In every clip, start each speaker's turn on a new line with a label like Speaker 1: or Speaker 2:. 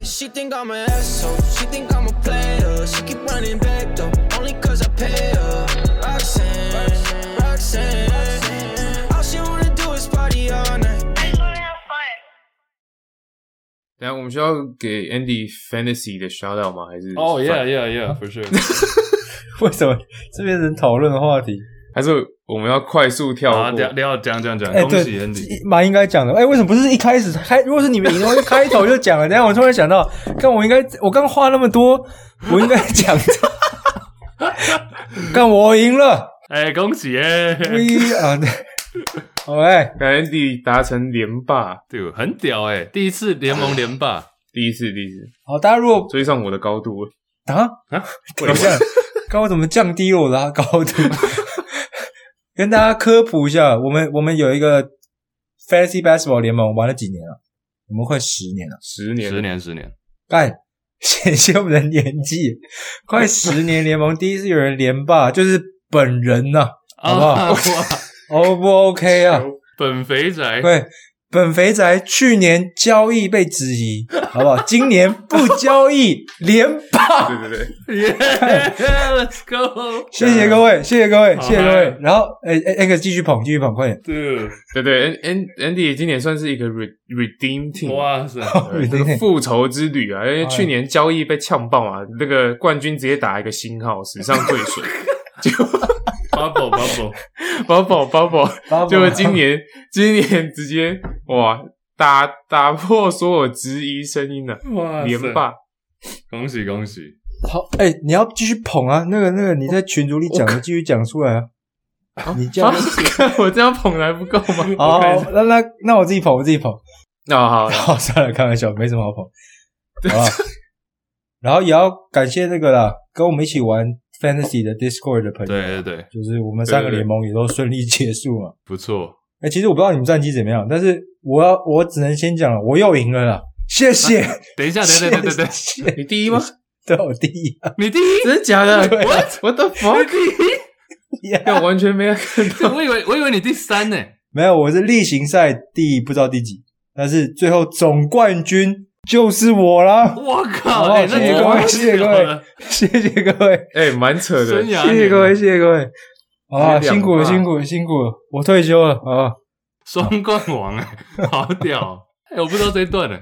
Speaker 1: She think I'm an asshole. She think I'm a player. She keep running back though, only cause I pay her. Roxanne, Roxanne. All she wanna do is party all night.
Speaker 2: 等一下我们需要给 Andy Fantasy 的 shout out 吗？还是
Speaker 3: 哦、y e a h yeah yeah，for sure。
Speaker 4: 为什么这边人讨论的话题？
Speaker 2: 还是我们要快速跳
Speaker 3: 啊，
Speaker 2: 过？
Speaker 3: 聊聊讲讲讲，
Speaker 4: 哎
Speaker 3: 恭
Speaker 4: 对
Speaker 3: 喜 Andy。
Speaker 4: 蛮应该讲的。哎、为什么不是一开始开？如果是你们赢的话，就开头就讲了。等一下哎我突然想到，看我应该，我刚话那么多，我应该讲的。 看我赢了，
Speaker 3: 哎，恭喜耶！
Speaker 4: 一啊，对好哎，
Speaker 2: 看 Andy 达成连霸，
Speaker 3: 对，很屌哎，第一次联盟连霸，
Speaker 2: 第一次，第一次
Speaker 4: 好，大家如果
Speaker 2: 追上我的高度了。
Speaker 4: 啊
Speaker 3: 啊，
Speaker 4: 等一下，看我怎么降低我的高度。 跟大家科普一下，我们我们有一个 Fantasy Basketball 联盟，玩了几年了？我们快十 年了。
Speaker 2: 十年，
Speaker 3: 十，年十年，
Speaker 4: 干，显现我们的年纪，快十年联盟第一次有人连霸，就是本人呐、好不好
Speaker 3: 啊哇，
Speaker 4: o 不 OK 啊？
Speaker 3: 本肥宅，
Speaker 4: 对，本肥宅去年交易被质疑，好不好？今年不交易连 霸，
Speaker 2: 对对对，
Speaker 3: ，Yeah，Let's go，
Speaker 4: 谢谢各
Speaker 2: 啊
Speaker 4: 位，谢谢各位，
Speaker 3: 好
Speaker 4: 谢谢各位
Speaker 3: 嗨。
Speaker 4: 然后，哎哎，那个继续捧，继续捧，快点！
Speaker 3: 对，
Speaker 2: 对对，An An Andy 今年算是一个 re redeem
Speaker 4: 嗯
Speaker 2: team，
Speaker 3: 哇哎塞，
Speaker 2: 对，这个复仇之旅啊，因为去年交易被呛爆啊，那个冠军直接打一个星号，史上最 水。
Speaker 3: bubble bubble，
Speaker 2: 包宝包宝，
Speaker 4: 然后
Speaker 2: 结果今年今年直接哇打打破所有质疑声音了，
Speaker 3: 哇塞
Speaker 2: 连，霸。
Speaker 3: 恭喜恭喜，
Speaker 4: 好，哎，你要继续捧啊！那个那个，你在群组里讲的，继续讲出来啊！你这样
Speaker 2: 啊，我这样捧还不够 吗？
Speaker 4: 好，
Speaker 3: 我看一
Speaker 4: 好
Speaker 3: 下
Speaker 4: 那那那我自己捧，我自己捧。
Speaker 2: 啊好，
Speaker 4: 好，算了，开玩笑，没什么好捧，好吧？然后也要感谢那个啦，跟我们一起玩 Fantasy 的 Discord 的朋友，
Speaker 3: 对对对，
Speaker 4: 就是我们三个
Speaker 2: 对对对
Speaker 4: 联盟也都顺利结束嘛。
Speaker 3: 不错，
Speaker 4: 哎、其实我不知道你们战绩怎么样，但是我要我只能先讲了，我又赢了啦，谢谢，
Speaker 3: 等一下，等
Speaker 4: 谢
Speaker 3: 一下等等等等，
Speaker 4: 谢，
Speaker 2: 你第一吗？
Speaker 4: 对我第一啊，
Speaker 3: 你第一，
Speaker 2: 真的假的
Speaker 4: 对啊
Speaker 2: ？What What the fuck？我完全没有看到。
Speaker 3: 我以为我以为你第三呢，
Speaker 4: 没有，我是例行赛第不知道第几，但是最后总冠军就是我啦，
Speaker 3: 我靠，
Speaker 4: 好
Speaker 3: 哎，那
Speaker 4: 哦谢
Speaker 3: 你
Speaker 4: 谢各位谢谢各位
Speaker 3: 了，
Speaker 4: 谢谢各位。
Speaker 2: 哎，蛮扯的
Speaker 3: 生。涯
Speaker 4: 谢谢各位，谢谢各位。啊，
Speaker 2: 直接两
Speaker 4: 辛苦了，
Speaker 2: 霸
Speaker 4: 辛苦了，辛苦了，我退休了啊！
Speaker 3: 双冠王哎、好屌哦！哎、我不知道这一段呢。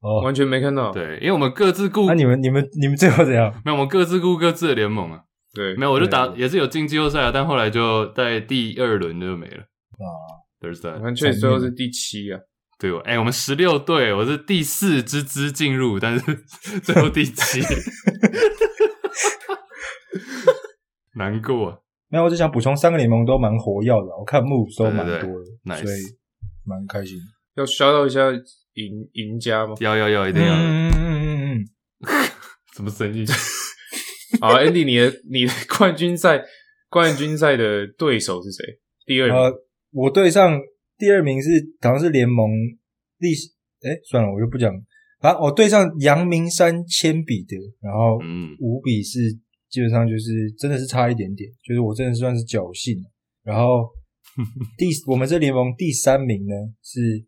Speaker 4: 哦，
Speaker 2: 完全没看到，
Speaker 3: 对，因为我们各自顾，
Speaker 4: 那你们、你们、你们最后怎样？
Speaker 3: 没有，我们各自顾各自的联盟啊。
Speaker 2: 对，
Speaker 3: 没有，我就打也是有进季后赛啊，但后来就在第二轮就没了。啊
Speaker 2: 我
Speaker 3: ，Thursday，
Speaker 2: 看确实最后是第七啊，
Speaker 3: 对我，哎、我们十六队，我是第四支支进入，但是 最后第七， 难过、啊。
Speaker 4: 没有，我只想补充，三个联盟都蛮活跃的，我看 move 都蛮
Speaker 3: 对对对
Speaker 4: 多的，
Speaker 3: nice
Speaker 4: 所以蛮开心的。
Speaker 2: 要 shout out 一下赢赢家 吗？
Speaker 3: 要要要，一定要！
Speaker 4: 嗯嗯嗯嗯
Speaker 3: 什么声音？
Speaker 2: 好，Andy，你的你的冠军赛冠军赛的对手是谁？第二
Speaker 4: 嗯。
Speaker 2: 名
Speaker 4: 呃，我对上第二名是好像是联盟历史，哎，算了，我就不讲。反正我对上阳明山铅彼得，然后
Speaker 3: 嗯，
Speaker 4: 五比是基本上就是真的是差一点点，就是我真的算是侥幸了。然后第我们这联盟第三名呢是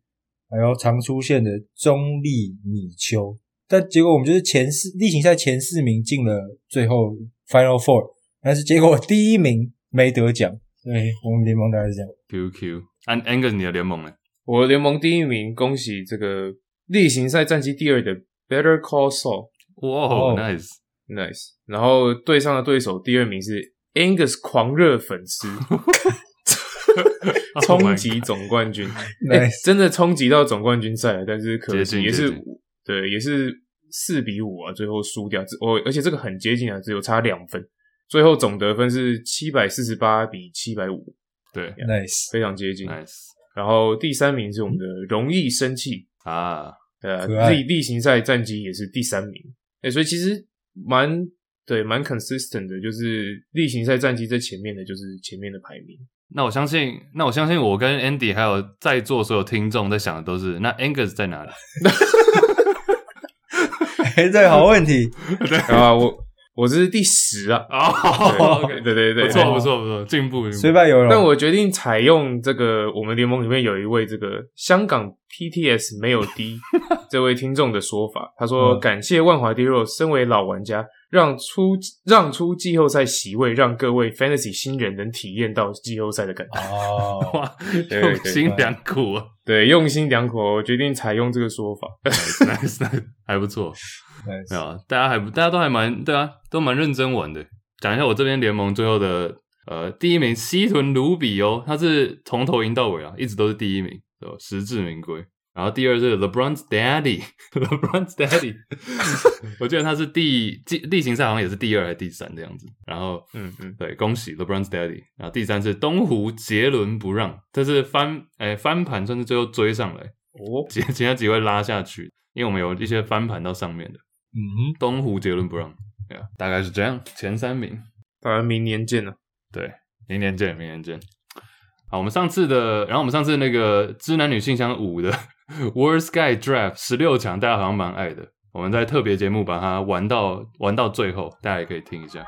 Speaker 4: 还有常出现的中立米丘，但结果我们就是前四例行赛前四名进了最后 Final Four，但是结果第一名没得奖。对我们联盟大概是这样。
Speaker 3: QQ，安 Angus 你的联盟呢？
Speaker 2: 我联盟第一名，恭喜这个例行赛战绩第二的 Better Call Saul。
Speaker 3: 哇、
Speaker 4: 哦
Speaker 3: n i c e
Speaker 2: Nice，然后对上的对手第二名是 Angus 狂热粉丝，
Speaker 3: Oh
Speaker 2: 冲击总冠 军，哎
Speaker 4: Nice
Speaker 2: 真的冲击到总冠军赛了，但是可
Speaker 3: 接
Speaker 2: 惜
Speaker 3: 近
Speaker 2: 也
Speaker 3: 接
Speaker 2: 是
Speaker 3: 近
Speaker 2: 对，也是四比五啊，最后输掉，只哦，而且这个很接近啊，只有差两分，最后总得分是七百四十八比七百五，
Speaker 3: 对
Speaker 4: Nice，
Speaker 2: 非常接近。
Speaker 3: ，Nice
Speaker 2: 然后第三名是我们的容易生气，
Speaker 3: 啊，
Speaker 2: 呃
Speaker 4: 可，爱
Speaker 2: 例例行赛战绩也是第三名，哎、所以其实蛮对蛮 consistent 的，就是例行赛战绩在前面的，就是前面的排 名。
Speaker 3: 那我相信，那我相信我跟 Andy 还有在座所有听众在想的都是，那 Angus 在哪里？
Speaker 4: 哎，这个好问题。
Speaker 2: 啊，我我这是第十啊。
Speaker 3: 哦
Speaker 2: 对对对对，
Speaker 3: 不错不错不错，进步进
Speaker 4: 虽
Speaker 3: 步。
Speaker 4: 败犹荣。
Speaker 2: 但我决定采用这个我们联盟里面有一位这个香港 PTS 没有 D 这位听众的说法，他说
Speaker 4: 嗯
Speaker 2: 感谢万华 D r o 身为老玩家，让出让出季后赛席位，让各位 Fantasy 新人能体验到季后赛的感觉。
Speaker 4: 哦，
Speaker 3: 哇，
Speaker 2: 对
Speaker 3: 用心良苦啊
Speaker 2: 对，用心良苦哦，我决定采用这个说法。
Speaker 3: ，nice nice，还不错。
Speaker 4: nice
Speaker 3: 没有啊，大家还不，大家都还蛮对啊，都蛮认真玩的。讲一下我这边联盟最后的呃第一名西屯卢比哦，他是从头赢到尾啊，一直都是第一名，对吧实至名归。然后第二是 LeBron's Daddy，LeBron's Daddy，我记得他是第季例行赛好像也是第二还是第三的样子。然后
Speaker 2: 嗯嗯，
Speaker 3: 对，恭喜 LeBron's Daddy。然后第三是东湖杰伦不让，这是翻哎翻盘，算是最后追上来，
Speaker 2: 哦，
Speaker 3: 其其他几位拉下去，因为我们有一些翻盘到上面的。
Speaker 4: 嗯哼，
Speaker 3: 东湖杰伦不让，对啊，大概是这样，前三名，
Speaker 2: 当然明年见了。哦
Speaker 3: 对，明年见，明年见。好，我们上次的，然后我们上次那个知男女信箱五的 World Sky Draft 十六强，大家好像蛮爱的，我们在特别节目把它玩到玩到最后，大家也可以听一下。